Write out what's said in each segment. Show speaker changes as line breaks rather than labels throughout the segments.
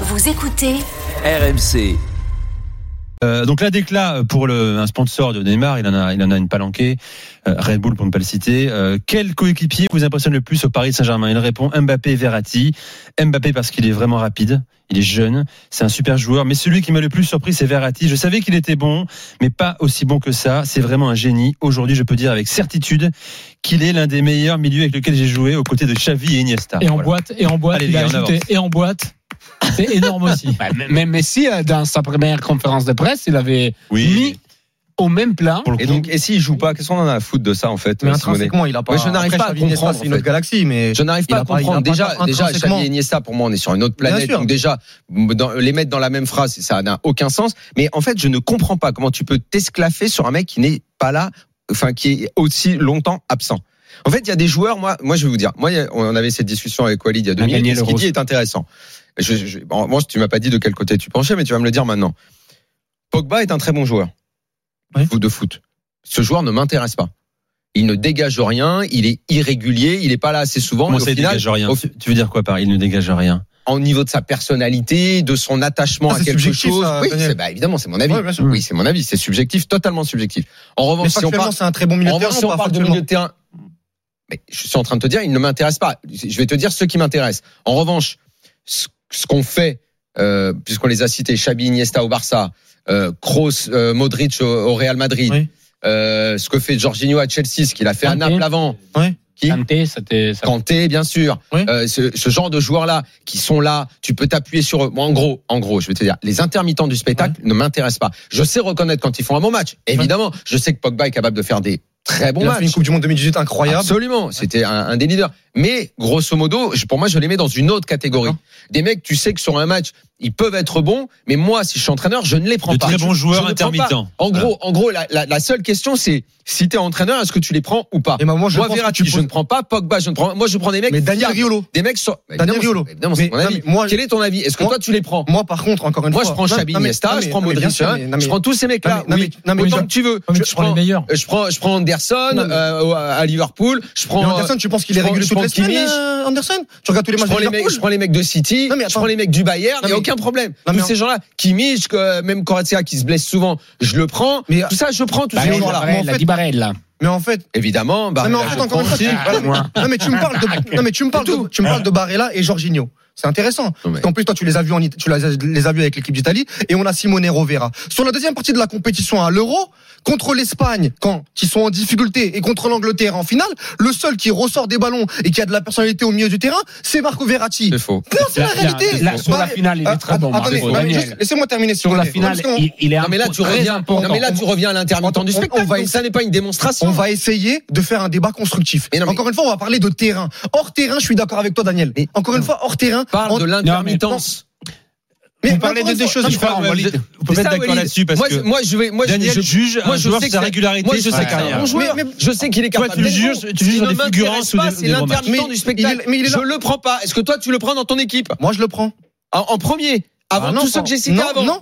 Vous écoutez
RMC.
Euh, donc la Décla pour le, un sponsor de Neymar, il en a, il en a une palanquée, euh, Red Bull pour ne pas le citer. Euh, quel coéquipier vous impressionne le plus au Paris Saint-Germain Il répond Mbappé, Verratti. Mbappé parce qu'il est vraiment rapide, il est jeune, c'est un super joueur. Mais celui qui m'a le plus surpris, c'est Verratti. Je savais qu'il était bon, mais pas aussi bon que ça. C'est vraiment un génie. Aujourd'hui, je peux dire avec certitude qu'il est l'un des meilleurs milieux avec lequel j'ai joué aux côtés de Xavi et Iniesta.
Et en
Voilà.
boîte, et en boîte,
Allez,
il
les
a
gars, on
ajouté
avance.
et en boîte. C'est énorme aussi.
Même Messi, euh, dans sa première conférence de presse, il avait mis au même plan.
Pour le
Et
coup,
donc, et s'il joue pas, qu'est-ce qu'on en a à foutre de ça en fait
Mais
Simonet
intrinsèquement, il a pas.
Ouais, je n'arrive
Après,
pas à
Xavi Iniesta,
comprendre,
c'est
en
une autre
fait.
galaxie, mais
Je n'arrive
Il
pas
a
à
pas- il a
comprendre.
pas
déjà,
intrinsèquement-
déjà, Xavi et Iniesta, pour moi, on est sur une autre planète.
Bien sûr.
Donc déjà, dans- les mettre dans la même phrase, ça n'a aucun sens. Mais en fait, je ne comprends pas comment tu peux t'esclaffer sur un mec qui n'est pas là, enfin, qui est aussi longtemps absent. En fait, il y a des joueurs, moi, moi, je vais vous dire, moi, il y a- on avait cette discussion avec Walid il y a deux
A
minutes,
gagné
et ce qu'il
l'Euro.
dit est intéressant. Je, je, bon, moi, tu m'as pas dit de quel côté tu penchais, mais tu vas me le dire maintenant. Pogba est un très bon joueur
Oui.
de foot. Ce joueur ne m'intéresse pas. Il ne dégage rien, il est irrégulier, il n'est pas là assez souvent.
comment
et au
ça, il
final,
dégage rien
au-
Tu tu veux dire quoi par il ne dégage rien
en niveau de sa personnalité, de son attachement
Ah,
à
c'est
quelque
subjectif,
chose.
ça,
oui,
Daniel.
c'est- bah, évidemment, c'est mon avis.
Ouais, bien sûr.
oui, c'est mon avis, c'est subjectif, totalement subjectif. En
Mais
revanche, si on
factuellement,
parle,
c'est un très bon milieu
en
de terrain.
revanche, si on
pas
parle de
factuellement
milieu de terrain, mais je suis en train de te dire, il ne m'intéresse pas. Je vais te dire ce qui m'intéresse. En revanche, ce, ce qu'on fait, euh, puisqu'on les a cités, Xabi, Iniesta au Barça, euh, Kroos, euh, Modric au, au Real Madrid,
Oui.
euh, ce que fait Jorginho à Chelsea, ce qu'il a fait à
Kanté.
Naples avant,
Oui.
qui
Kanté, c'était. ça-
Kanté, bien sûr.
Oui.
Euh, ce, ce genre de joueurs-là qui sont là, tu peux t'appuyer sur eux. Moi, en gros, en gros, je vais te dire, les intermittents du spectacle ne m'intéressent pas. Je sais reconnaître quand ils font un bon match. Évidemment, je sais que Pogba est capable de faire des très bons
Il a fait
matchs.
une Coupe du Monde 2018 incroyable.
Absolument, c'était un, un des leaders. Mais grosso modo, je- pour moi, je les mets dans une autre catégorie.
Hein
Des mecs, tu sais que sur un match, ils peuvent être bons, mais moi, si je suis entraîneur, je ne les prends
De
pas.
très
Je-
bons joueurs
je ne prends pas.
intermittents.
En
Voilà.
gros, en gros, la, la- la seule question, c'est si t'es entraîneur, est-ce que tu les prends ou pas
Et ben, moi, je
Moi,
pense que
Verratti,
tu
je
poses-
ne prends pas. Pogba, je ne prends. Moi, je prends des mecs.
Mais Daniel
fiables.
Riolo.
Des mecs sur. mais
Daniel
évidemment,
Riolo.
c'est- Évidemment, c'est
Mais-
mon
non,
avis.
mais moi-
Quel est ton avis Est-ce que
Moi-
toi, tu les prends
Moi, par contre, encore une
Moi, je
fois.
prends
Non,
Xabi
non, mais-
Iniesta,
non,
je
mais-
prends
non, mais
Modric,
bien sûr,
hein,
mais- non, mais-
je prends tous ces
non,
mecs-là.
mais- non,
Oui.
mais- non, mais
Autant
tu-
que tu veux.
Non, mais
Je
tu prends les meilleurs.
je prends, je prends Anderson
Non, mais-
euh, à Liverpool. Je prends.
Mais Anderson, tu penses qu'il est
je prends-
régulé
je
toutes les
prends Kimmich.
semaines, euh, Anderson Tu regardes tous les
Je
matchs
prends,
de
les mecs,
Liverpool
je prends les mecs de City,
Non, mais
je
attends.
prends les mecs du Bayern,
Non,
il n'y a
mais-
aucun problème.
Non, mais
Tous ces gens-là, Kimmich, que- même Koratia qui se blesse souvent, je le prends.
Mais-
tout ça, je prends tous ces
Barella,
gens-là.
Barella,
en fait-
dit Barella.
Mais en fait,
Évidemment, bah,
Non, mais en
là,
fait,
je
encore une
prends
fois, tu-
aussi.
voilà, mais- non, mais tu me parles de, non, mais tu me parles de, tu me parles de Barella et Jorginho. C'est intéressant.
Hein Non, mais-
En plus, toi, tu les as vus en, It- tu les as- les as vus avec l'équipe d'Italie et on a Simone Rovera. Sur la deuxième partie de la compétition à l'Euro, contre l'Espagne, quand ils sont en difficulté et contre l'Angleterre en finale, le seul qui ressort des ballons et qui a de la personnalité au milieu du terrain, c'est Marco Verratti.
C'est faux.
Non, c'est la
Là, là,
réalité.
là, sur la
Barre-
finale, il est
Ah,
très
attendez,
bon.
non,
Marco
mais
Daniel.
juste, Laissez-moi terminer
Sur la
Simone, parce
finale,
qu'on-
il, il est
Non mais là tu
très
reviens.
important.
Non mais là tu reviens à l'intermittent
On-
du
on- on
spectacle.
va
donc
essayer-
ça n'est pas une démonstration.
On va essayer de faire un débat constructif.
Mais non, mais-
Encore une fois, on va parler de terrain. Hors terrain, je suis d'accord avec toi, Daniel.
Mais-
Encore une fois, hors terrain.
Parle
en-
de l'intermittence.
Mais
Vous parlez
encore
de
une
deux
fois-
choses
non, mais-
différentes.
mais-
Vous êtes- vous
C'est
pouvez être
ça,
d'accord
Walid.
là-dessus parce
moi, je-
que
moi je vais moi je-
Daniel
je,
juge
moi,
un
je
joueur
sais
sur sa
que-
régularité,
moi je
sur sa
sais que c'est un
carrière.
bon joueur.
Mais- mais-
je sais qu'il est
Toi,
capable
tu le
d'être
juges-
bon.
tu juges
Il
dans
ne
des figurants
m'intéresse
ou
pas,
des-
c'est
des gros matchs.
l'intermittent
Mais-
du spectacle.
mais il est- mais il est
je
là.
le prends pas. Est-ce que toi tu le prends dans ton équipe
Moi, je le prends.
en, en premier avant
Ah non,
tous ceux
Fran-
que j'ai cités
non,
avant.
Non,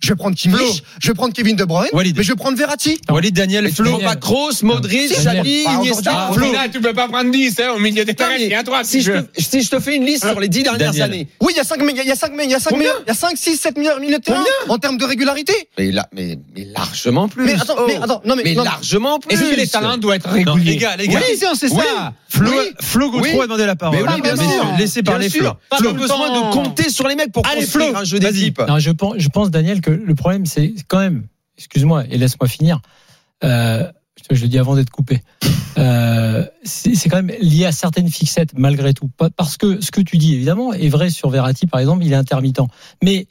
je vais prendre Kimmich,
Flo.
je vais prendre Kevin De Bruyne,
Walid.
mais je vais prendre Verratti.
Walid Daniel
Mais tu
Flo
prends pas Kroos, Modric,
Si,
Xavi,
pas aujourd'hui.
Iniesta,
Bah,
Ah,
Flo.
Flo.
Là, tu peux pas prendre 10 hein, au milieu des terrains,
mais
il y a 3
Si je te- si je te fais une liste sur les dix dernières
Daniel.
années.
Oui, il y a 5 il y a 5 il y a 5
Combien
il y a 5 6 7 millions de terrain en termes de régularité.
Mais là mais mais largement plus.
Mais attends, mais
Oh.
attends, non mais,
Mais
non, mais-
largement plus.
Est-ce que les talents doivent être
Non,
réguliers
les gars, les gars.
Oui, c'est c'est ça.
Flo,
Oui.
Flo Gautreau
Oui.
a demandé la parole.
Mais oui, bien
Messieurs,
sûr.
Laissez parler
Bien sûr.
Flo.
Pas
Flo.
besoin de compter sur les mecs pour
Allez,
construire
Flo,
un jeu d'équipe.
Non, je pense, je pense, Daniel, que le problème, c'est quand même, excuse-moi et laisse-moi finir, euh, je, te- je le dis avant d'être coupé, euh, c'est c'est quand même lié à certaines fixettes malgré tout. Pas- Parce que ce que tu dis, évidemment, est vrai sur Verratti, par exemple, il est intermittent. Mais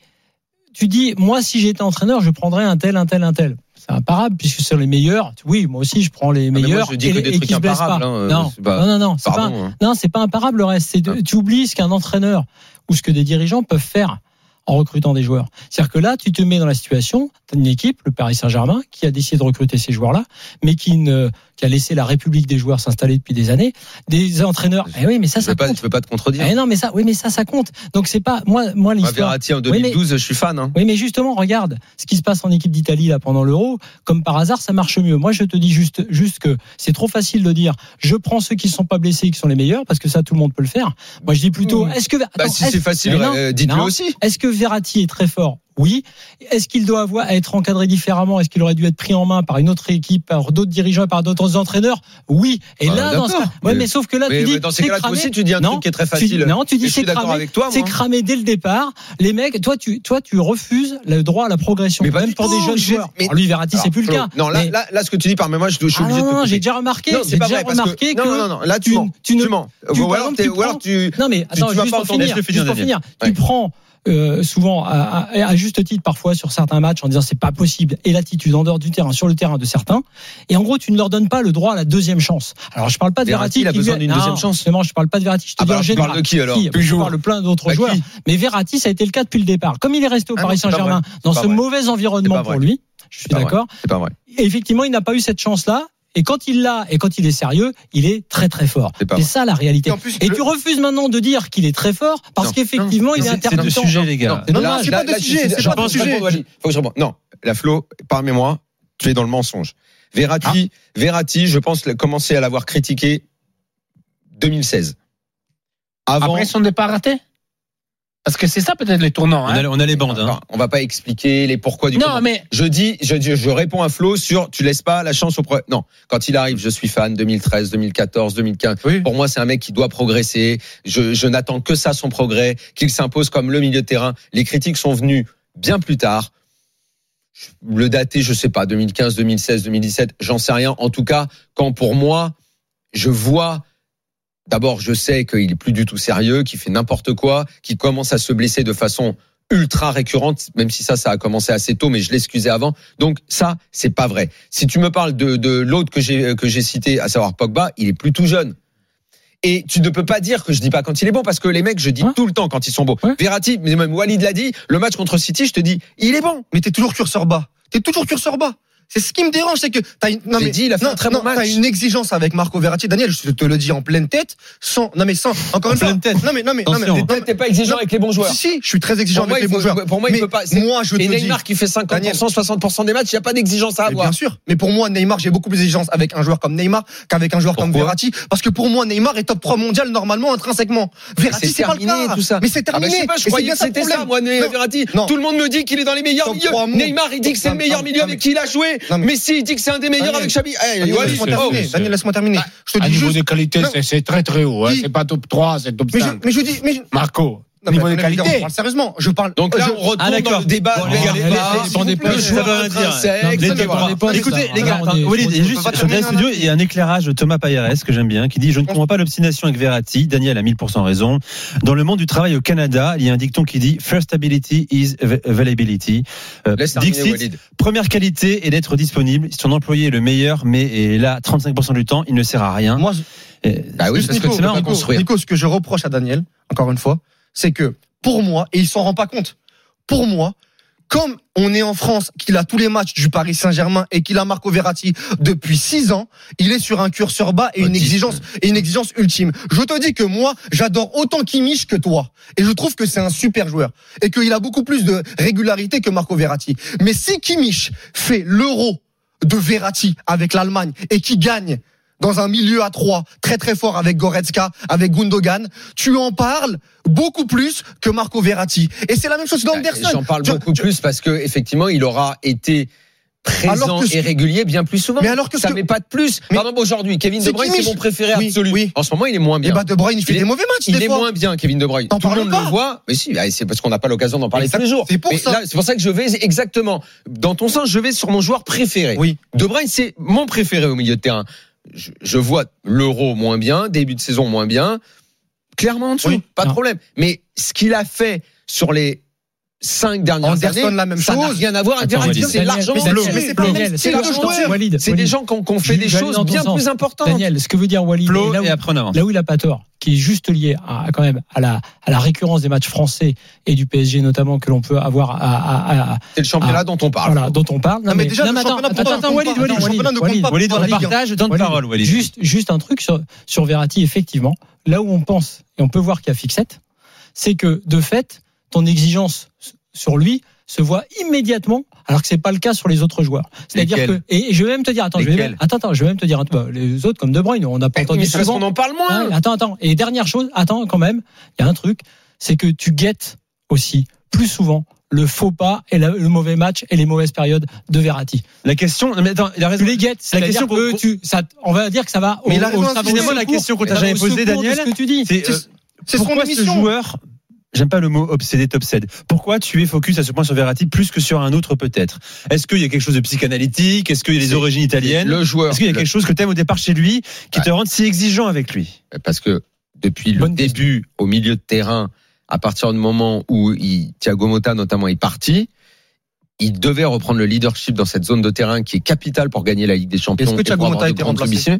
tu dis, moi, si j'étais entraîneur, je prendrais un tel, un tel, un tel. C'est imparable puisque c'est les meilleurs. Oui, moi aussi, je prends les
mais moi,
meilleurs.
je dis
et
que
les-
des
et
trucs
qui se blessent
imparables,
pas.
hein, euh,
non.
c'est pas-
non, non, non, c'est pas,
Pardon. hein.
non, c'est pas imparable le reste. C'est de- tu oublies ce qu'un entraîneur ou ce que des dirigeants peuvent faire en recrutant des joueurs. C'est-à-dire que là, tu te mets dans la situation, tu as une équipe, le Paris Saint-Germain, qui a décidé de recruter ces joueurs-là, mais qui, ne, qui a laissé la République des joueurs s'installer depuis des années. Des entraîneurs. Eh oui, mais ça,
Tu
ça
peux pas,
compte.
tu peux pas te contredire.
Eh non, mais ça, oui, mais ça, ça compte. Donc c'est pas moi, moi
Moi,
l'histoire.
Verratti en
Oui, mais-
2012, je suis fan. Hein.
Oui, mais justement, regarde ce qui se passe en équipe d'Italie là pendant l'Euro. Comme par hasard, ça marche mieux. Moi, je te dis juste, juste que c'est trop facile de dire je prends ceux qui ne sont pas blessés et qui sont les meilleurs parce que ça, tout le monde peut le faire. Moi, je dis plutôt est-ce que
Bah,
attends,
si
est-ce-
c'est facile,
Mais non,
euh, dites-le
non.
aussi.
Est-ce que Verratti est très fort Oui. Est-ce qu'il doit avoir être encadré différemment Est-ce qu'il aurait dû être pris en main par une autre équipe, par d'autres dirigeants, par d'autres entraîneurs Oui. Et
Ah,
là, dans ce...
d'accord.
ouais, mais,
Mais-
sauf que là,
Mais
tu dis
mais dans
c'est
ces cas-là, toi
cramé.
aussi, tu dis un
Non,
truc qui est très
tu dis-
facile.
non, tu dis
Et je suis
c'est
d'accord
cramé,
avec toi.
c'est
moi.
cramé dès le départ. Les mecs, toi tu, toi, tu refuses le droit à la progression,
Mais pas
même
du
pour
tout,
des jeunes
j'ai-
joueurs.
mais-
Alors, lui, Verratti, c'est
Alors,
plus le
Flo,
cas.
Non, là,
Mais-
là, là, ce que tu dis par mais moi, je, je suis
Ah
obligé
non,
de. te
non, j'ai
couper.
déjà remarqué.
Non,
j'ai
c'est pas
déjà
vrai. Parce
remarqué
que, non, non, non, là, tu,
tu-
mens.
tu
Tu,
ne-
mens.
tu-
ou
par
alors,
exemple,
t'es-
tu
ou alors
prends-
tu.
Non mais
tu
attends,
vas
juste
pas
pour
entendre.
finir,
Laisse-le finir,
juste pour
Daniel.
finir, tu prends euh, souvent à, à- à juste titre parfois sur certains matchs en disant c'est pas possible et l'attitude en dehors du terrain, sur le terrain de certains, et en gros tu ne leur donnes pas le droit à la deuxième chance. Alors je parle pas de
Verratti,
Verratti,
il a
qui
besoin
lui
d'une
Non,
deuxième chance.
justement, je parle pas de Verratti, je te
Ah
dis
bah,
en
tu
général.
parles de qui alors
Si, Je parle plein d'autres
Bah, qui
joueurs. Mais Verratti, ça a été le cas depuis le départ. Comme il est resté au
Ah non,
Paris
c'est pas
Saint-Germain,
vrai.
dans
C'est
ce
pas vrai.
mauvais
C'est
environnement
pas
pour
vrai.
lui, je suis
pas vrai.
d'accord,
C'est pas vrai.
et effectivement, il n'a pas eu cette chance-là. Et quand il l'a, et quand il est sérieux, il est très très fort.
C'est pas
C'est
vrai.
ça la
Et
réalité. Et,
en plus, le-
tu refuses maintenant de dire qu'il est très fort parce
Non,
qu'effectivement, il est
C'est- C'est
intermittent.
de sujet, les gars.
Non,
Non,
là,
non, c'est
là,
pas de
là,
sujet,
je suis-
c'est
je
pas de
pense que je
sujet.
réponds, Wally. Faut que je réponde. Non, la Flo, parmi-moi, tu es dans le mensonge. Verratti, Verratti, je pense le- commencer à l'avoir critiqué 2016. Avant.
Après son départ raté Parce que c'est ça peut-être les tournants.
On
hein.
a, on a les bandes. Hein.
Enfin, on va pas expliquer les pourquoi du comment.
Non, mais
Je dis, je, dis- je réponds à Flo sur tu laisses pas la chance au pro. Non, quand il arrive, je suis fan 2013, 2014, 2015.
Oui.
Pour moi, c'est un mec qui doit progresser. Je, je n'attends que ça, son progrès, qu'il s'impose comme le milieu de terrain. Les critiques sont venues bien plus tard. Le daté, je sais pas, 2015, 2016, 2017, j'en sais rien. En tout cas, quand pour moi, je vois. D'abord, je sais qu'il est plus du tout sérieux, qu'il fait n'importe quoi, qu'il commence à se blesser de façon ultra récurrente, même si ça, ça a commencé assez tôt, mais je l'excusais avant. Donc ça, c'est pas vrai. Si tu me parles de, de l'autre que j'ai que j'ai cité, à savoir Pogba, il est plus tout jeune. Et tu ne peux pas dire que je dis pas quand il est bon, parce que les mecs, je dis
Ouais.
tout le temps quand ils sont beaux.
Ouais.
Verratti, mais même Walid l'a dit, le match contre City, je te dis, il est bon.
Mais t'es toujours curseur bas. T'es toujours curseur bas. C'est ce qui me dérange, c'est que t'as une, non
J'ai dit, il a fait un très bon match.
t'as une exigence avec Marco Verratti, Daniel, je te, te le dis en pleine tête, sans, non mais sans, encore une
pleine
fois.
tête.
Non mais, non mais, non mais,
Attention.
non, mais-
Peut-être t'es pas exigeant
Non.
avec les bons joueurs.
si, si, je suis très exigeant
Pour moi,
avec
il
les bons
faut-
joueurs.
pour moi, il
mais
peut pas- c'est-
Moi, je te
Et
dis.
Neymar qui fait 50%,
Daniel.
60% des matchs, il n'y a pas d'exigence à
Mais
avoir.
Bien sûr, mais pour moi Neymar, j'ai beaucoup plus d'exigence avec un joueur comme Neymar qu'avec un joueur comme
Pourquoi
Verratti parce que pour moi Neymar est top 3 mondial normalement intrinsèquement. Verratti
c'est
c'est pas le
terminé,
cas.
tout ça.
Mais c'est
Ah bah,
terminé.
je sais pas, je
Et c'est
croyais
bien
que
ça le
c'était ça,
problème.
moi, Ne-
Non.
Verratti.
Non.
Tout le monde me dit qu'il est dans les meilleurs
Top
milieux.
trois au monde.
Neymar, il dit que c'est
Non,
le meilleur
non,
milieu
non,
avec
mais-
qui il a joué.
Non, mais- Ah,
Messi, il dit que c'est un des meilleurs
Daniel.
avec Xabi. Eh,
Daniel,
Wally,
laisse-moi
c'est- oh.
terminer. Daniel, laisse-moi terminer. Je te
à
dis
niveau
juste.
de qualité,
Non.
c'est- c'est très très haut. hein.
Oui.
C'est pas top 3, c'est top
Mais je,
5.
mais je dis, mais je-
Marco,
Non, mais
niveau de
attendez, les gars,
qualité.
On parle sérieusement. Je parle. euh,
Donc là,
je-
on retourne dans
d'accord.
le débat.
Bon,
le
les gars,
débat,
les- les-
s'il vous
les-
plaît,
les-
le joueur
les- les-
intrinsèque,
les- les-
ça
les-
va.
les- les-
Écoutez,
ça.
les gars,
Non, on
attends,
est-
Walid,
on
et
peut
juste
pas
sur
terminer
le
un
studio,
avis.
il y a un éclairage de Thomas Payares que j'aime bien, qui dit Je ne comprends pas l'obstination avec Verratti. Daniel a 1000% raison. Dans le monde du travail au Canada, il y a un dicton qui dit First ability is av- availability. Euh,
Laisse terminer
Dixit,
Walid.
première qualité est d'être disponible. Si ton employé est le meilleur, mais est là 35% du temps, il ne sert à rien.
Moi,
Et-
Bah oui,
Juste
parce que
Nico,
tu peux pas
Nico,
construire.
Nico, ce que je reproche à Daniel, encore une fois, c'est que pour moi, et il s'en rend pas compte, pour moi, comme on est en France, qu'il a tous les matchs du Paris Saint-Germain et qu'il a Marco Verratti depuis 6 ans, il est sur un curseur bas et une
Autiste.
exigence et une exigence ultime. Je te dis que moi, j'adore autant Kimmich que toi, et je trouve que c'est un super joueur et qu'il a beaucoup plus de régularité que Marco Verratti. Mais si Kimmich fait l'Euro de Verratti avec l'Allemagne et qui gagne dans un milieu à trois, très très fort avec Goretzka, avec Gundogan, tu en parles beaucoup plus que Marco Verratti. Et c'est la même chose d'Anderson.
Bah, J'en parle
Tu-
beaucoup
tu-
plus parce que effectivement, il aura été
Alors
présent
que ce-
et régulier bien plus souvent.
Mais alors que ce
ça
que-
met pas de plus.
Mais-
Par exemple, aujourd'hui, Kevin De
C'est
Bruyne, c'est
Kimmich.
mon préféré
Oui,
absolu.
oui.
En ce moment, il est moins
Eh
bien.
ben, De Bruyne, il fait
Il est-
des mauvais matchs,
Il
des
est
fois.
moins bien, Kevin De Bruyne.
T'en
Tout le
parles
monde
pas.
le voit. Mais si, ah, c'est parce qu'on n'a pas l'occasion d'en parler tous les jours.
C'est pour
Mais
ça.
là, C'est pour ça que je vais exactement. Dans ton sens, je vais sur mon joueur préféré.
Oui.
De Bruyne, c'est mon préféré au milieu de terrain. Je, je vois l'euro moins bien, début de saison moins bien. Clairement en dessous,
Oui.
pas de
Non.
problème. Mais ce qu'il a fait sur les cinq dernières
Anderson,
années.
la même
ça n'a
chose.
rien à voir avec
Attends,
Verratti.
Walid.
C'est l'argent.
mais Daniel,
C'est pas le même
Daniel,
style de
c'est
joueur.
l'argent.
Walid,
C'est des
Walid.
gens qui ont qui ont fait des
Je vais aller
choses
dans ton
bien
sens.
plus importantes.
Daniel, ce que veut dire Walid,
Flo,
et là où- Ah.
et après on avance.
Là où il a pas tort, qui est juste lié à, à quand même à la, à la récurrence des matchs français et du PSG notamment que l'on peut avoir à, à- à- à-
C'est le championnat
Ah.
dont on parle.
voilà, dont on parle.
Non, mais déjà,
non,
le
attends,
championnat
attends,
pour-
attends,
pour-
Walid,
pour-
Walid,
le championnat ne compte
Walid,
pas pour
Walid,
dans
on
la Ligue un.
partage le temps de
Walid,
parole, Walid.
Juste, juste un truc sur, sur Verratti, effectivement. Là où on pense, et on peut voir qu'il y a fixette, c'est que, de fait, ton exigence s- sur lui se voit immédiatement, alors que c'est pas le cas sur les autres joueurs. C'est-à-dire que,
Lesquels
et, et je vais même te dire, attends, je vais
Lesquels
même, attends, attends, je vais même te dire, attends, les autres comme De Bruyne, on n'a pas
Mais
entendu
c'est parce
souvent.
qu'on en parle moins.
Ouais, Ah attends, attends. Et dernière chose, attends quand même, il y a un truc, c'est que tu guettes aussi plus souvent le faux pas et la- le mauvais match et les mauvaises périodes de Verratti.
La question, non, mais attends, il a raison.
Tu les guettes.
La
c'est-à-dire
question
que
pour-
tu, ça, on va dire que ça va.
Mais il a raison,
ça va
finalement,
au
la
secours-
question qu'on t'a
ça va au
jamais posée,
secours de
Daniel,
ce que tu dis.
C'est, euh,
C'est- C'est son
pourquoi ce
émission.
joueur, j'aime pas le mot obsédé, t'obsède. Pourquoi tu es focus à ce point sur Verratti plus que sur un autre peut-être Est-ce qu'il y a quelque chose de psychanalytique Est-ce qu'il y a les
C'est-
origines italiennes
Le joueur.
Est-ce qu'il y a quelque chose que t'aimes au départ chez lui qui
Ouais.
te rend si exigeant avec lui
parce que depuis le
Bonne question.
début, au milieu de terrain, à partir du moment où il, Thiago Motta notamment est parti, il devait reprendre le leadership dans cette zone de terrain qui est capitale pour gagner la Ligue des Champions.
Est-ce que
et pour
Thiago
avoir
Motta
de
a été
grandes
remplacé
ambitions.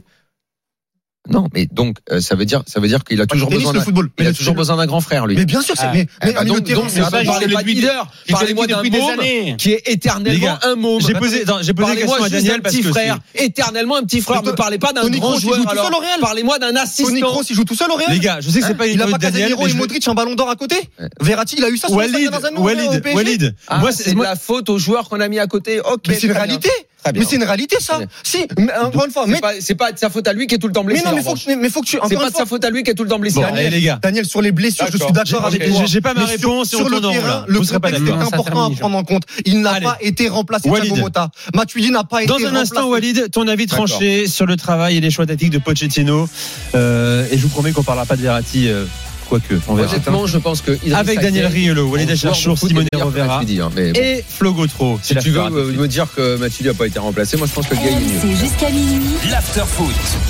Non, mais donc euh, ça veut dire ça veut dire qu'il a toujours
Ah, Tennis,
besoin
le
d'un,
football.
il a
le-
toujours besoin d'un grand frère lui.
Mais bien sûr, c'est. Mais,
Eh
mais
ben
un milieu
donc,
de terrain,
donc,
c'est
c'est
un
pas,
peu
parlez
pareil.
pas de leader, parlez-moi d'un
depuis des
môme
années.
qui est
Les
éternellement
gars,
un môme.
J'ai posé, attends, j'ai posé la
Parlez-moi
question à
juste
Daniel
d'un
parce
petit
que
frère, éternellement un petit frère.
Mais
Ne parlez pas d'un
Tony
grand
Kroos, il joue
joueur.
tout
alors.
seul au Real.
Parlez-moi d'un
Tony
assistant.
Kroos, il joue tout seul au
c'est- les
Real.
gars, je sais
Hein
que c'est pas une
Il a
note
pas
Daniel.
Casemiro
mais
et
je-
Modric un ballon d'or à côté
Ouais.
Verratti, il a eu ça sur les cinq
Walid,
dernières années au- au
Walid,
PSG.
Walid.
Ah,
Moi,
c'est de la faute aux joueurs qu'on a mis à côté. Ok.
Mais c'est une
très bien.
réalité
Très bien.
Mais c'est une réalité ça
Très bien.
Si, mais encore une fois, mais
C'est pas- c'est pas de sa faute à lui qui est tout le temps
mais
blessé.
non,
en
mais faut
revanche.
que mais faut que tu.
C'est
Encore
pas
une
de
fois,
sa faute à lui qui est tout le temps blessé.
Bon,
Daniel.
allez, les gars.
Daniel, sur les blessures, je
D'accord.
suis d'accord
J'ai-
avec
j'ai-
toi.
j'ai pas ma
Mais
réponse et on
Sur, sur le
tourne en rond,
terrain,
là.
le
Vous serez pas
contexte est
d'accord.
Ça
important à
termine,
prendre en compte. Il n'a
Allez.
pas été remplacé
Walid.
Thiago Motta. Matuidi n'a pas été
Dans un
remplacé.
instant, Walid, ton avis
D'accord.
tranché sur le travail et les choix tactiques de Pochettino. Euh, et je vous promets qu'on parlera pas de Verratti, euh, quoique, on verra.
Honnêtement, je pense que Idrissa
Avec Daniel
Gueye,
Riolo,
en
Walid
joueur de
Acharchour,
foot,
Simone
est meilleur que
Rovera
Matuidi, hein, mais bon.
et Flo Gautreau.
si tu veux euh, me dire que Mathieu n'a pas été remplacé, moi je pense que le gars il est mieux.
RMC jusqu'à minuit.
L'after foot.